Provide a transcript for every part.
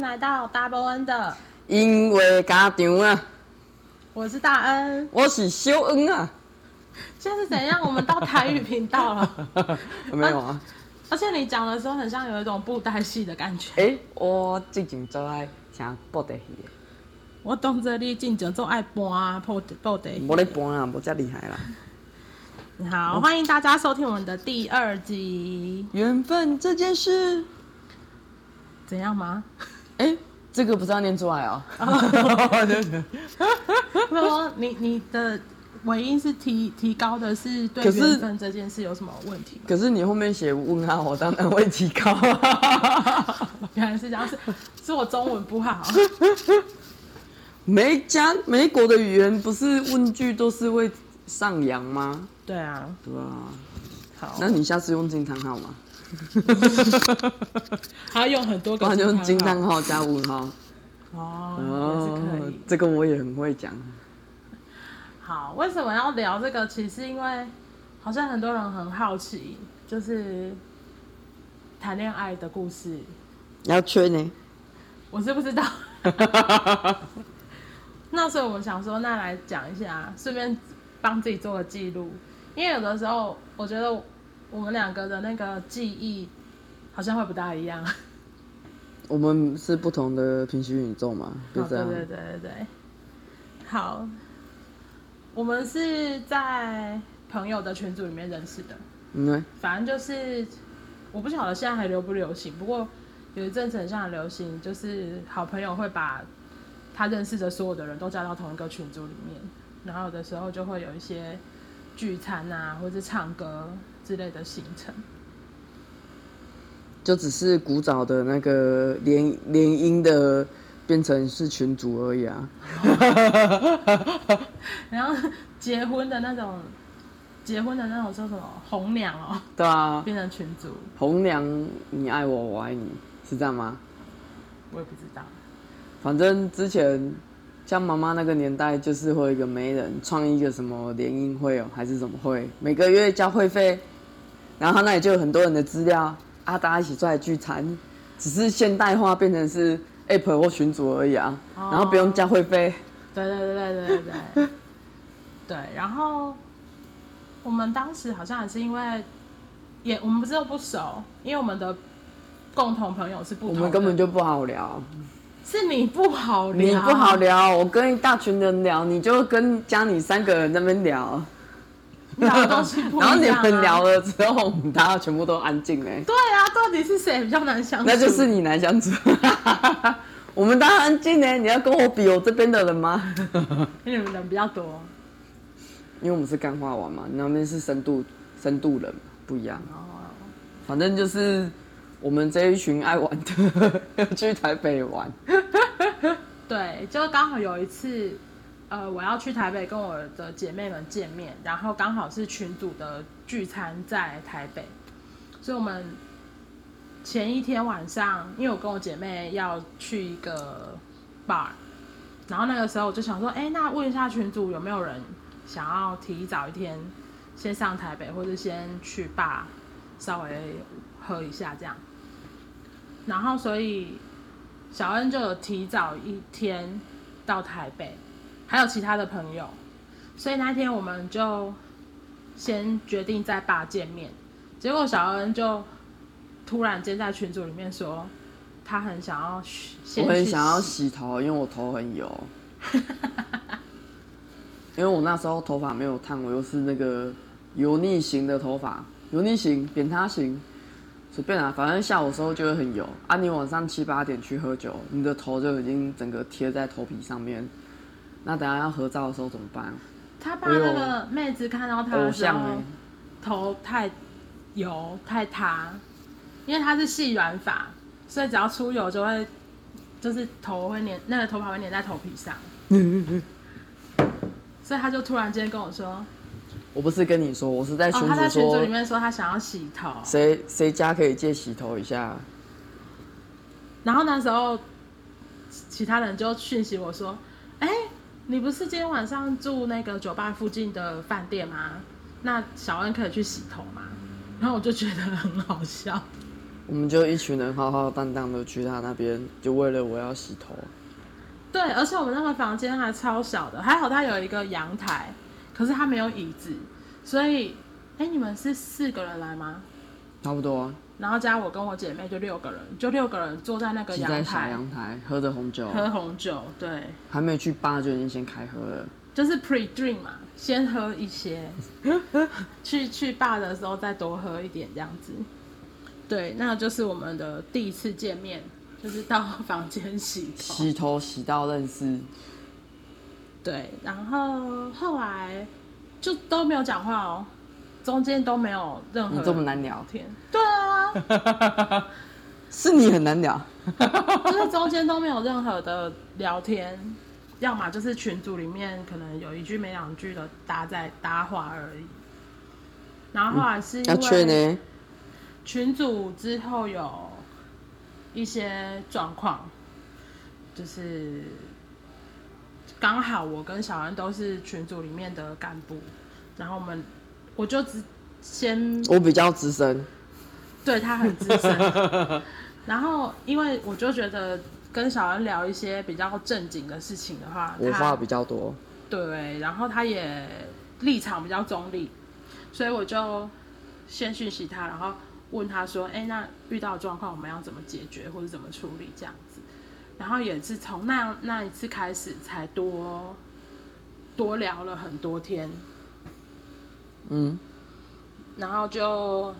来到 Double N 的，因为家长啊，我是大恩。我是小恩啊，现在是怎样？我们到台语频道了， 没有啊。而且你讲的时候很像有一种布袋戏的感觉。诶、我最近最爱听布袋戏的，我懂这里进者做爱播啊，播播的。无咧搬啊，无遮厉害啦。好，欢迎大家收听我们的第二集，缘分这件事，怎样 吗？诶、这个不是要念出来哦。我说啊你你的尾音是提提高的，是对可是缘分这件事有什么问 题吗？可是你后面写问号，我当然会提高。 原来是这样，是是我中文不 好。美加美国的语言不是问句都是会上扬吗？对啊，对啊，好，那你下次用惊叹号吗？还要用很多不个然就用惊惊叹叹号号加问号。哦，也是可以。这个我也很会讲。好，为什么要聊这个？其实因为好像很多人很好奇，就是谈恋爱的故事，要缺 呢？我是不知道。 那所以我想说，那来讲一下，顺便帮自己做个记录，因为有的时候我觉得我们两个的那个记忆好像会不大一样。我们是不同的平行宇宙嘛，就好，这对样。哦对对对对，好，我们是在朋友的群组里面认识的。嗯对，反正就是我不晓得现在还流不流行，不过有一阵子很像很流行，就是好朋友会把他认识的所有的人都加到同一个群组里面，然后有的时候就会有一些聚餐啊，或是唱歌之类的行程。就只是古早的那个联联姻的变成是群主而 已啊。然后结婚的那种，结婚的那种叫什么红娘哦，对啊，变成群组，红娘，你爱我，我爱你，是这样吗？我也不知道。反正之前像妈妈那个年代，就是会有一个媒人创一个什么联姻会哦，还是什么会，每个月交会费，然后他那里就有很多人的资料啊，大家一起出来聚餐，只是现代化变成是 app 或群组而已啊，哦然后不用交会费。对对对对对对对。然后我们当时好像也是因为，也我们不是都不熟，因为我们的共同朋友是不我同的，们根本就不好聊，是你不好聊，你不好聊，我跟一大群人聊，你就跟家里三个人在那边 聊，聊的东西不一样、 然啊。后你们聊，了之后，我们大家全部都安静嘞、对啊，到底是谁比较难相处？ 那就是你难相处。我们当然安静呢，你要跟我比我这边的人吗？因为你们人比较多因为我们是干化王嘛，你那边是深度深度人嘛不一样。哦。反正就是我们这一群爱玩的 去台北玩，对，就刚好有一次，呃，我要去台北跟我的姐妹们见面，然后刚好是群组的聚餐在台北，所以我们前一天晚上，因为我跟我姐妹要去一个 bar，然后那个时候我就想说，哎，那问一下群组有没有人想要提早一天先上台北，或者先去 bar 稍微喝一下这样，然后所以小恩就有提早一天到台北，还有其他的朋友，所以那天我们就先决定在爸见面。结果小恩就突然间在群组里面说，他很想要去我先很去想要洗头，因为我头很油。 因为我那时候头发没有烫，我又是那个油腻型的头发，油腻型、扁塌型，随便啊，反正下午的时候就会很油啊。你晚上七八点去喝酒，你的头就已经整个贴在头皮上面。那等下要合照的时候怎么办？他爸那个妹子看到他哎偶的时像候，哎、头太油太塌，因为他是细软发，所以只要出油就会，就是头会粘，那个头发会粘在头皮上。嗯所以他就突然间跟我说，哦，我不是跟你说，我是在群他在主群组说里，面说他想要洗头，谁谁、家可以借洗头一下？然后那时候其他人就讯息我说，哎、你不是今天晚上住那个酒吧附近的饭店吗？那小恩可以去洗头吗？然后我就觉得很好笑。我们就一群人浩浩荡荡的去他那边，就为了我要洗头。对，而且我们那个房间还超小的，还好它有一个阳台，可是它没有椅子，所以，哎，你们是四个人来吗？差不多啊，然后加我跟我姐妹就六个人，就六个人坐在那个挤在阳小台阳台喝着红酒，喝红酒，对，还没去吧就已经先开喝了。就是 pre drink 嘛，先喝一些， 去去坝的时候再多喝一点这样子。对，那就是我们的第一次见面，就是到房间洗头。洗头洗到认识，对，然后后来就都没有讲话哦，中间都没有任何你这么难聊，天。对啊，是你很难聊。就是中间都没有任何的聊天，要么就是群组里面可能有一句没两句的搭在搭话而已。然后后来是要因确为呢，群组之后有一些状况，就是刚好我跟小安都是群组里面的干部，然后我们我就只先我比较资深，对他很资深。然后，因为我就觉得跟小恩聊一些比较正经的事情的话，我话他比较多。对，然后他也立场比较中立，所以我就先讯息他，然后问他说：“哎，那遇到的状况我们要怎么解决，或者怎么处理这样子？”然后也是从那那一次开始，才多多聊了很多天，嗯，然后就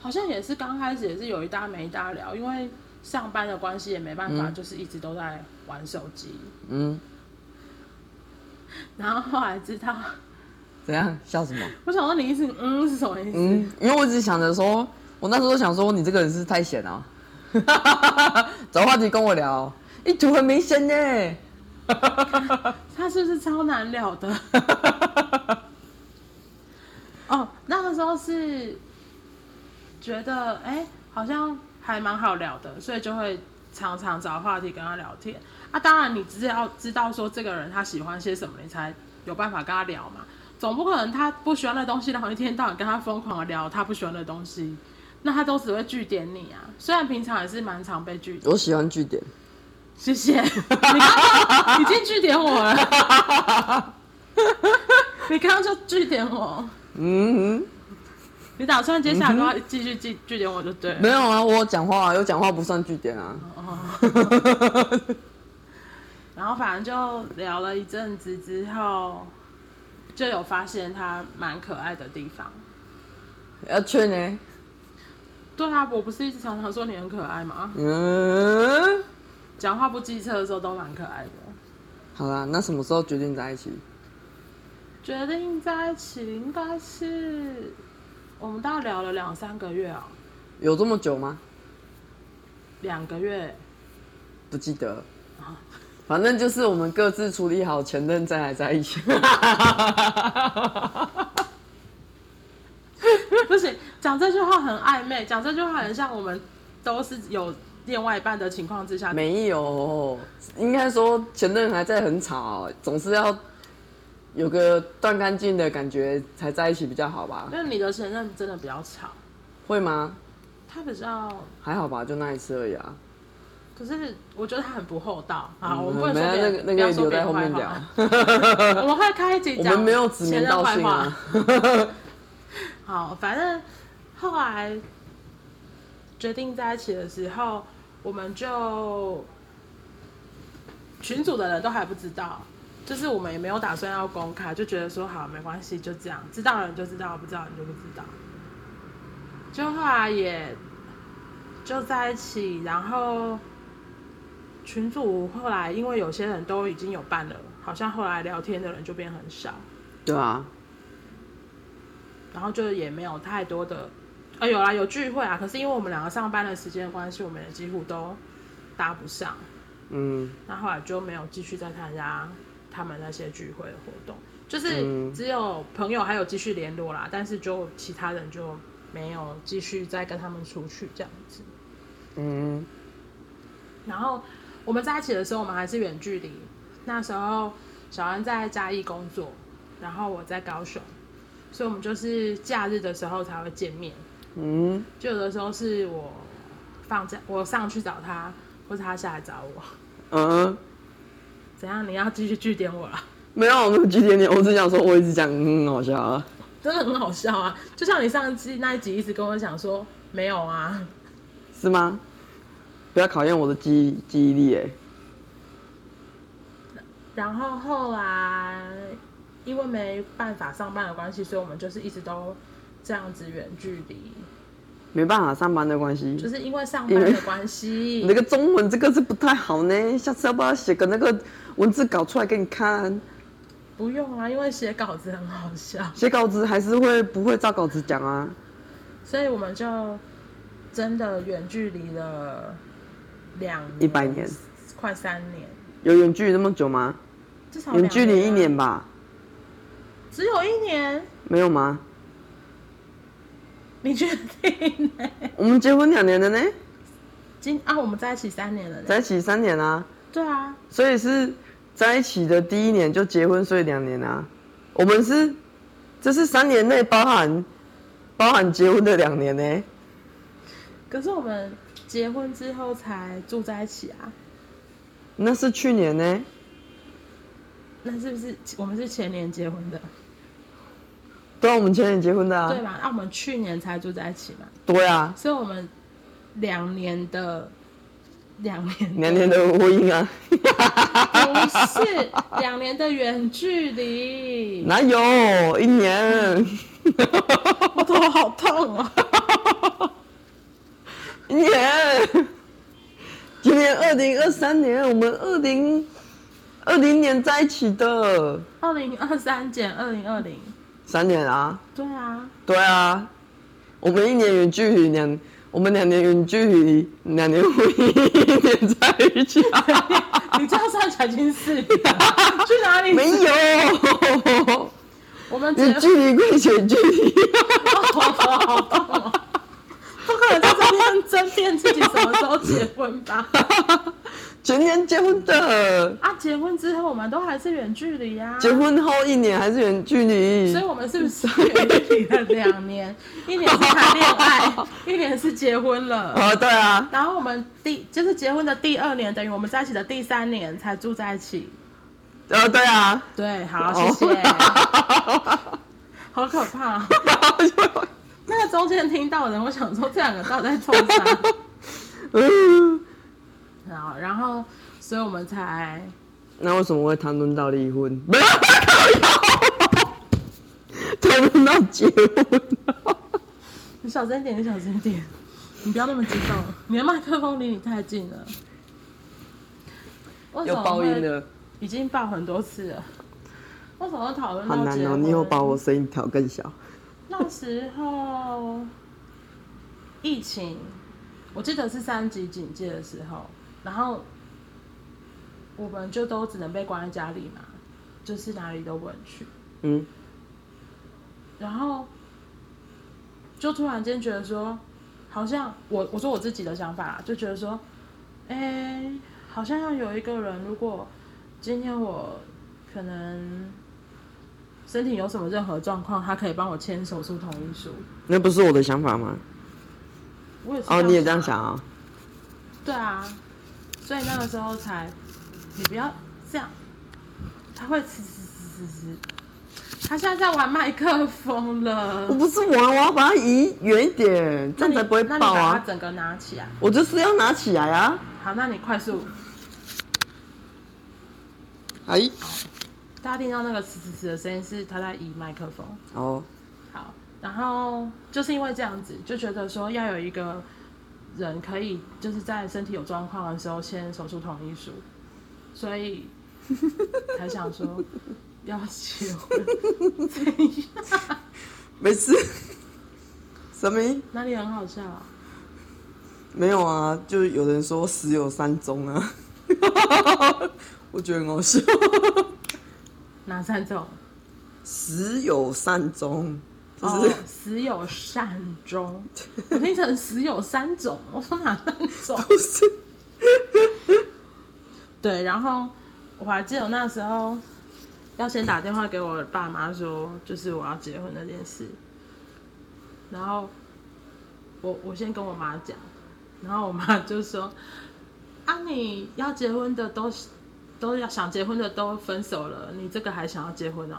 好像也是刚开始也是有一搭没一搭聊，因为上班的关系也没办法，嗯就是一直都在玩手机。嗯，然后后来知道，怎样？笑什么？我想说你意思嗯是什么意思？嗯，因为我只想着说，我那时候想说你这个人是不是太闲了、啊， 找话题跟我聊，意图很明显呢。他是不是超难聊的？ 哦，那个时候是觉得哎、好像还蛮好聊的，所以就会常常找话题跟他聊天。啊，当然你只要知道说这个人他喜欢些什么，你才有办法跟他聊嘛。总不可能他不喜欢的东西，然后一天到晚跟他疯狂的聊他不喜欢的东西，那他都只会据点你啊。虽然平常也是蛮常被据点，我喜欢据点，谢谢。你刚刚已经据点我了， 你刚刚就据点我，嗯嗯，你打算接下来都要继续据据点我就对了。哦没有啊，我有讲话、啊，有讲话不算据点啊。然后反正就聊了一阵子之后，就有发现他蛮可爱的地方。 要劝呢，对啊，我不是一直常常说你很可爱吗？嗯，讲话不机车的时候都蛮可爱的。好啦，那什么时候决定在一起？决定在一起应该是我们大概聊了两三个月啊、有这么久吗？两个月不记得了啊，反正就是我们各自处理好前任再来在一起。 不行，讲这句话很暧昧，讲这句话很像我们都是有另外一半的情况之下，没有，应该说前任还在很吵，总是要有个断干净的感觉才在一起比较好吧？那你的前任真的比较吵，会吗？他比较，还好吧，就那一次而已啊。可是我觉得他很不厚道啊。我们不嗯没能说别人不要说有那个那个留别在人后面坏聊话。我们会开一集我讲们没有指前名任道坏姓话 啊。好，反正后来决定在一起的时候，我们就群组的人都还不知道，就是我们也没有打算要公开，就觉得说好没关系，就这样，知道的人就知道，不知道的人就不知道。就后来也就在一起，然后群主后来因为有些人都已经有伴了，好像后来聊天的人就变很少。 对啊，然后就也没有太多的，呃，有啦，有聚会啊，可是因为我们两个上班的时间的关系，我们也几乎都搭不上，嗯，那后来就没有继续再参加他们那些聚会的活动，就是嗯只有朋友还有继续联络啦，但是就其他人就没有继续再跟他们出去这样子。嗯，然后我们在一起的时候，我们还是远距离。那时候小安在嘉义工作，然后我在高雄，所以我们就是假日的时候才会见面。嗯，就有的时候是我放假我上去找他，或是他下来找我。嗯，怎样？你要继续据点我啊了？没有，我没有拒绝你，我只想说，我一直讲嗯，好笑啊。 真的很好笑啊！就像你上期那一集一直跟我讲说没有啊，是吗？不要考验我的记忆记忆力哎、然后后来因为没办法上班的关系，所以我们就是一直都这样子远距离，没办法，上班的关就系。是因为上班的关系你那。个中文这个是不太好呢，下次要不要写个那个文字稿出来给你看？不用啊，因为写稿子很好笑，写稿子还是会不会照稿子讲啊？所以我们就真的远距离了两一百年，快三年，有远距离那么久吗？至少远距离一两年啊，吧？只有一年，没有吗？你确定呢？我们结婚两年了呢，今啊，我们在一起三年了呢。在一起三年啊，对啊，所以是在一起的第一年就结婚，所以两年啊。我们是这是三年内包含包含结婚的两年呢。可是我们结婚之后才住在一起啊，那是去年呢，那是不是我们是前年结婚的，对啊，我们前年结婚的对啊，吧？那、我们去年才住在一起嘛，对啊，所以我们两年的两年两年的婚姻啊，不是两年的远距 离，哪有一年？我头好痛哦。一年，今年二零二三年，我们二零二零年在一起的二零二三减二零二零，三年啊，对啊，对啊，我们一年远距离两，我们两年远距离，两年婚姻，一年在一起、啊， 你这样算起来已经四年 了，去哪里？没有，我们结你距离归远距离，好痛哦！不可能在这边争辩自己什么时候结婚 吧？全年结婚的，啊，结婚之后我们都还是远距离啊，结，婚后一年还是远距离所以，我们是不是远距离了两年？一年是谈恋 爱，一年是结婚了。啊，对啊，然后我们第就是结婚的第二年，等于我们在一起的第三年才住在一起。啊，对啊，哦对，好，谢谢。 好可怕、哦！那个中间听到的人，我想说这两个到底在冲啥？ 嗯，好，然后，所以我们才那为什么会谈论到离婚？ 没有，谈论到结婚，你小声一点，你小声一点，你不要那么激动， 你的麦克风离你太近了。为什有么报会应了，已经爆很多次了。为什么会讨论好到难结哦、婚？你以后把我声音调更小。那时候疫情，我记得是三级警戒的时候，然后我们就都只能被关在家里嘛，就是哪里都不能去。嗯，然后就突然间觉得说，好像我我说我自己的想法啦，就觉得说，哎，好像要有一个人，如果今天我可能身体有什么任何状况，他可以帮我签手术同意书。那不是我的想法吗？我也是哦，你也这样想想啊？啊、对啊，所以那个时候才，你不要这样，他会嘶嘶嘶嘶嘶，他现在在玩麦克风了我。不是玩，我要把它移远一点，嗯这嗯那样你才不会那你爆把它啊！整个拿起来。我就是要拿起来啊！好，那你快速，哎，大家听到那个呲呲呲的声音是他在移麦克风。哦，好，然后就是因为这样子，就觉得说要有一个人可以就是在身体有状况的时候签手术同意书，所以才想说要 结婚。没事， 什么？哪里很好笑、啊？没有啊，就是有人说死有三宗啊， 我觉得很好笑。哪三种？死有善终，就哦是、， 死有善终，我听成死有三种，我说哪三种？不是对，然后我还记得我那时候要先打电话给我爸妈说，就是我要结婚那件事，然后我我先跟我妈讲，然后我妈就说：“啊，你要结婚的都都要想结婚的都分手了，你这个还想要结婚哦？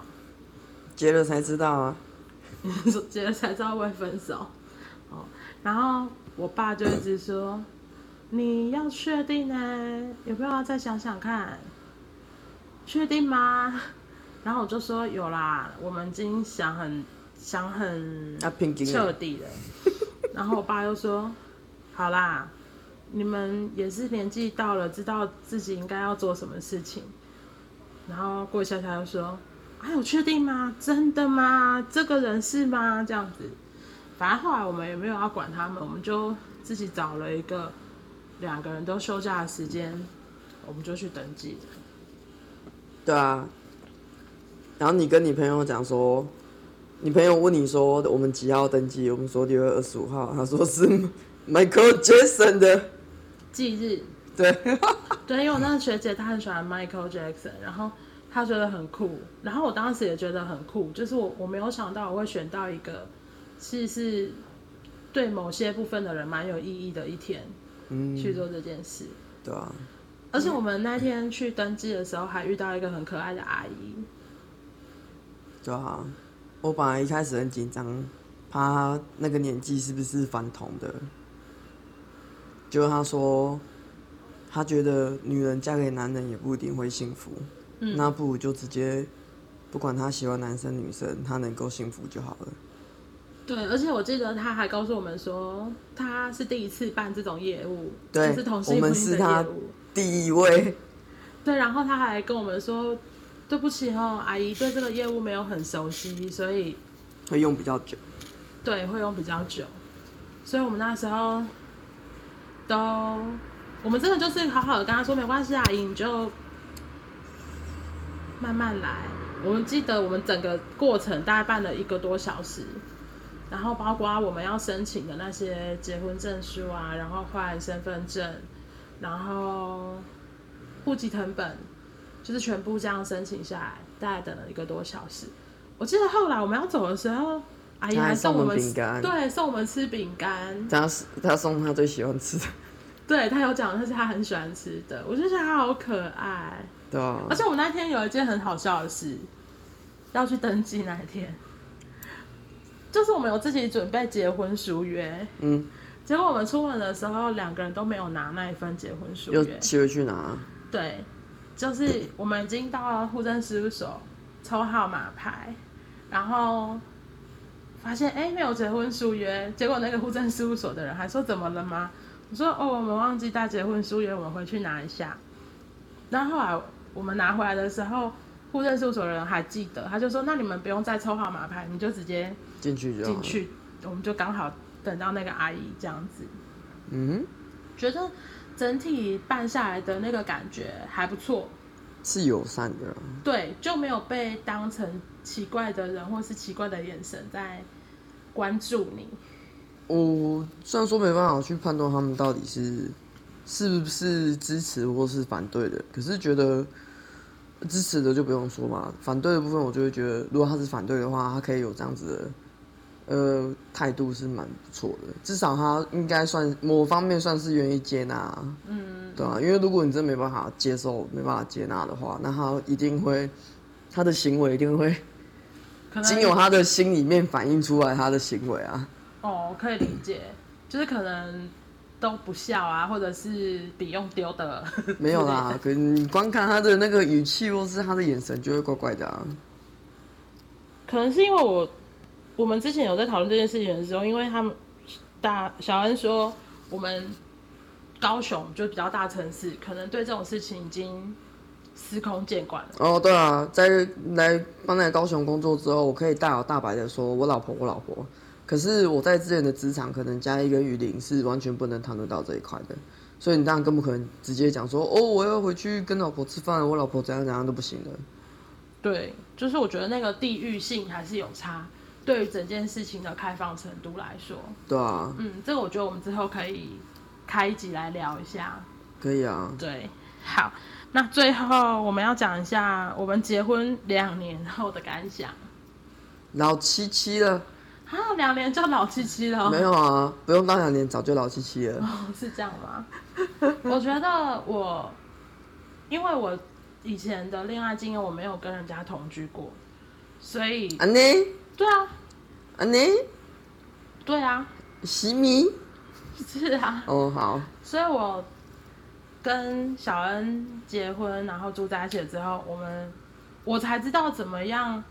结了才知道啊。你说结了才知道会分手。” 哦，然后我爸就一直说：“你要确定呢、有没有要再想想看？确定吗？” 然后我就说：“有啦，我们已经想很想很啊，平均彻底的。然后我爸又说：“好啦，你们也是年纪到了，知道自己应该要做什么事情。”然后过一下他又说：“哎，有确定吗？真的吗？这个人是吗？这样子。”反正后来我们也没有要管他们，我们就自己找了一个两个人都休假的时间，我们就去登记了。对啊。然后你跟你朋友讲说，你朋友问你说我们几号登记？我们说六月二十五号，他说是 Michael Jackson 的，忌日，对，对，因为我那个学姐她很喜欢 Michael Jackson，然后她觉得很酷，然后我当时也觉得很酷，就是我我没有想到我会选到一个是是对某些部分的人蛮有意义的一天 嗯，去做这件事，对啊，而且我们那天去登记的时候还遇到一个很可爱的阿姨，对啊。我本来一开始很紧张，怕他那个年纪是不是反同的，结果他说，他觉得女人嫁给男人也不一定会幸福，嗯那不如就直接，不管他喜欢男生女生，他能够幸福就好了。对，而且我记得她还告诉我们说她是第一次办这种业务，对就是同性我婚们姻是的她业务。第一位，对，然后他还跟我们说：“对不起哦，阿姨对这个业务没有很熟悉，所以会用比较久。对会用比较久。”所以我们那时候都，我们真的就是好好的跟他说：“没关系，阿姨你就慢慢来。”我们记得我们整个过程大概办了一个多小时，然后包括我们要申请的那些结婚证书啊，然后换身份证，然后户籍成本，就是全部这样申请下来，大概等了一个多小时。我记得后来我们要走的时候，阿姨她还还送我我们们饼干对，送我们吃饼干。他他送他最喜欢吃的，对他有讲，那是他很喜欢吃的，我就觉得他好可爱。对啊而，且我们那天有一件很好笑的事，要去登记那一天，就是我们有自己准备结婚书约，嗯，结果我们出门的时候两个人都没有拿那一份结婚书又约，骑回去拿，对，就是我们已经到了户政事务所抽号码牌，然后发现哎没有结婚书约，结果那个户政事务所的人还说怎么了吗？我说哦我们忘记带结婚书约，我们回去拿一下。然后后来我们拿回来的时候，户政事务所的人还记得，他就说那你们不用再抽号码牌，你就直接进去就好进。去，我们就刚好等到那个阿姨这样子。嗯，觉得整体办下来的那个感觉还不错，是友善的啊，对，就没有被当成奇怪的人或是奇怪的眼神在关注你。我虽然说没办法去判断他们到底是是不是支持或是反对的，可是觉得支持的就不用说嘛，反对的部分我就会觉得，如果他是反对的话，他可以有这样子的呃态度是蛮不错的，至少他应该算某方面算是愿意接纳啊，嗯，对啊，因为如果你真的没办法接受、没办法接纳的话，那他一定会他的行为一定会可经由能他的心里面反映出来他的行为啊，哦，可以理解，就是可能都不笑啊，或者是笔用丢的， 没有啦，可你光看他的那个语气或是他的眼神，就会怪怪的啊。可能是因为我我们之前有在讨论这件事情的时候，因为他们大小恩说我们高雄就比较大城市，可能对这种事情已经司空见惯了。哦，对啊，在来搬来高雄工作之后，我可以大摇大摆的说我老婆，我老婆。可是我在之前的职场，可能嘉义跟雨林是完全不能谈论到这一块的，所以你当然更不可能直接讲说哦，我要回去跟老婆吃饭，我老婆怎样怎样都不行的。对，就是我觉得那个地域性还是有差，对于整件事情的开放程度来说，对啊，嗯，这个我觉得我们之后可以开一集来聊一下。可以啊，对，好，那最后我们要讲一下我们结婚两年后的感想。老七七了，啊，两年就老七七了哦，没有啊，不用到两年，早就老七七了。哦，是这样吗？ 我觉得我，因为我以前的恋爱经验，我没有跟人家同居过，所以安妮，对啊，安妮，对啊，洗米。是啊，哦，好，所以我跟小恩结婚，然后住在一起了之后，我们我才知道怎么样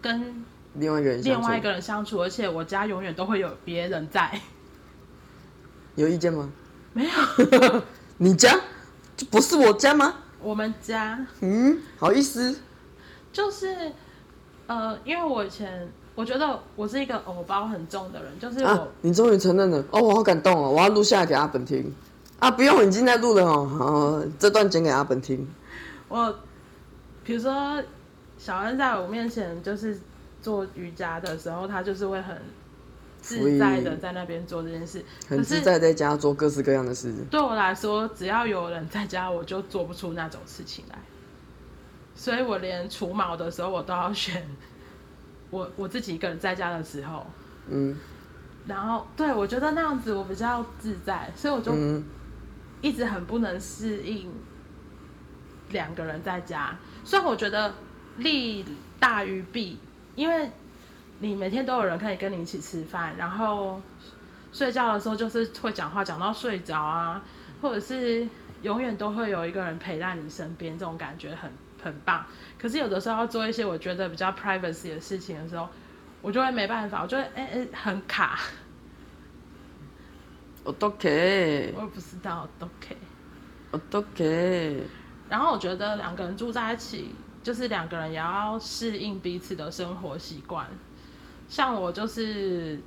跟另外一个人相另处，外一个人相处，而且我家永远都会有别人在，有意见吗？ 没有你家这不是我家吗？我们家。嗯，好意思。就是呃，因为我以前我觉得我是一个偶包很重的人，就是我、啊，你终于承认了哦，我好感动哦，我要录下来给阿本听啊，不用，已经在录了哦，好，这段剪给阿本听，我，比如说小恩在我面前就是做瑜伽的时候，他就是会很自在的在那边做这件事，很可自是在在家做各式各样的事，对我来说，只要有人在家，我就做不出那种事情来。所以我连除毛的时候，我都要选我我自己一个人在家的时候。嗯然后，对我觉得那样子我比较自在，所以我就嗯，一直很不能适应两个人在家。虽然我觉得利大于弊，因为你每天都有人可以跟你一起吃饭，然后睡觉的时候就是会讲话讲到睡着啊，或者是永远都会有一个人陪在你身边，这种感觉很很棒。可是有的时候要做一些我觉得比较 privacy 的事情的时候，我就会没办法，我就会哎哎很卡，我都可以，我也不知道都可以。我都可以，然后我觉得两个人住在一起，就是两个人也要适应彼此的生活习惯。像我就是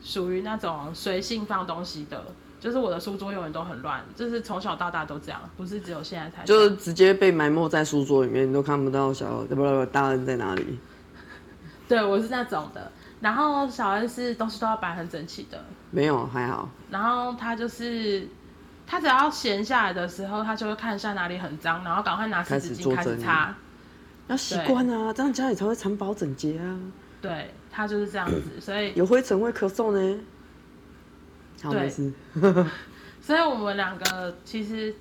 属于那种随性放东西的，就是我的书桌永远都很乱，就是从小到大都这样，不是只有现在才这就样是直接被埋没在书桌里面，你都看不到小不不不大人在哪里，对我是那种的。然后小恩是东西都要摆很整齐的，没有，还好，然后他就是他只要闲下来的时候，他就会看一下哪里很脏，然后赶快拿湿开始纸巾做开始整理擦。要习惯啊，这样家里才会环保整洁啊，对他就是这样子，所以有灰尘会咳嗽呢，好对没事，所以我们两个其实，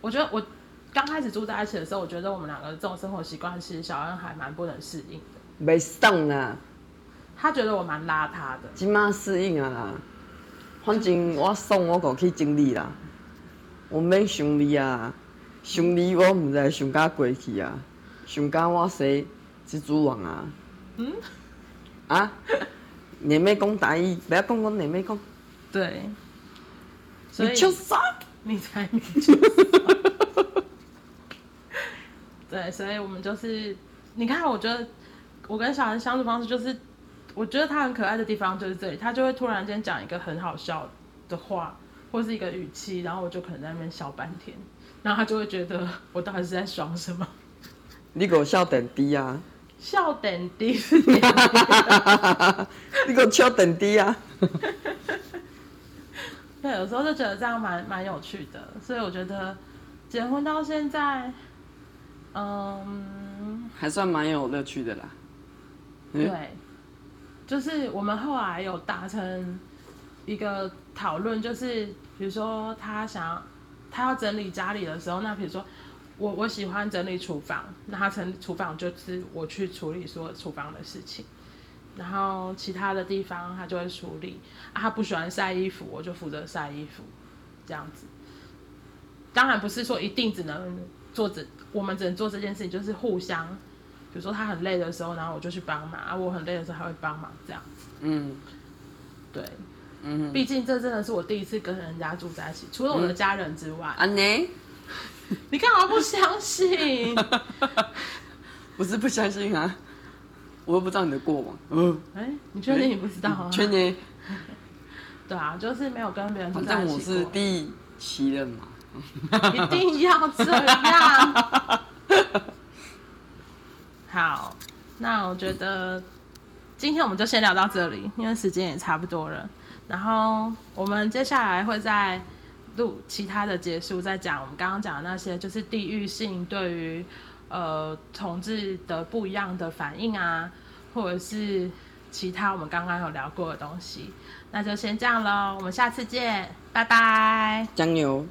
我觉得我刚开始住在一起的时候，我觉得我们两个这种生活习惯，其实小恩还蛮不能适应的。没送啦。他觉得我蛮邋遢的，即马适应啊啦，反正我爽我家去整理啦，我免想你啊，想你我毋知想甲过去啊，想甲我洗蜘蛛网啊。嗯？啊？你妹讲台语，不要讲讲你妹讲，对，所以你笑 啥？你才你就是 对，所以我们就是，你看，我觉得我跟小恩相处方式就是，我觉得他很可爱的地方就是这里，他就会突然间讲一个很好笑的话，或是一个语气，然后我就可能在那边笑半天，然后他就会觉得我到底是在爽什么。你给我笑点低啊！ 笑点低是点低，你给我笑点低啊！对，有时候就觉得这样蛮蛮有趣的，所以我觉得结婚到现在，嗯，还算蛮有乐趣的啦。嗯对，就是我们后来有达成一个讨论，就是比如说他想要他要整理家里的时候，那比如说我我喜欢整理厨房，那他整理厨房就是我去处理所有厨房的事情，然后其他的地方他就会处理。啊，他不喜欢晒衣服，我就负责晒衣服，这样子。当然不是说一定只能做这，我们只能做这件事情，就是互相。比如说他很累的时候，然后我就去帮忙；啊，我很累的时候他会帮忙，这样。嗯对，嗯，毕竟这真的是我第一次跟人家住在一起，除了我的家人之外，安 妮你干嘛不相 信？不是不相信啊，我又不知道你的过往。嗯，哎、你确定你不知道啊？全年对啊，就是没有跟别人住反在正一我起是过，第七任嘛，一定要这样。好，那我觉得今天我们就先聊到这里，因为时间也差不多了。然后我们接下来会再录其他的结束，再讲我们刚刚讲的那些，就是地域性对于呃同志的不一样的反应啊，或者是其他我们刚刚有聊过的东西。那就先这样喽，我们下次见，拜拜。酱油。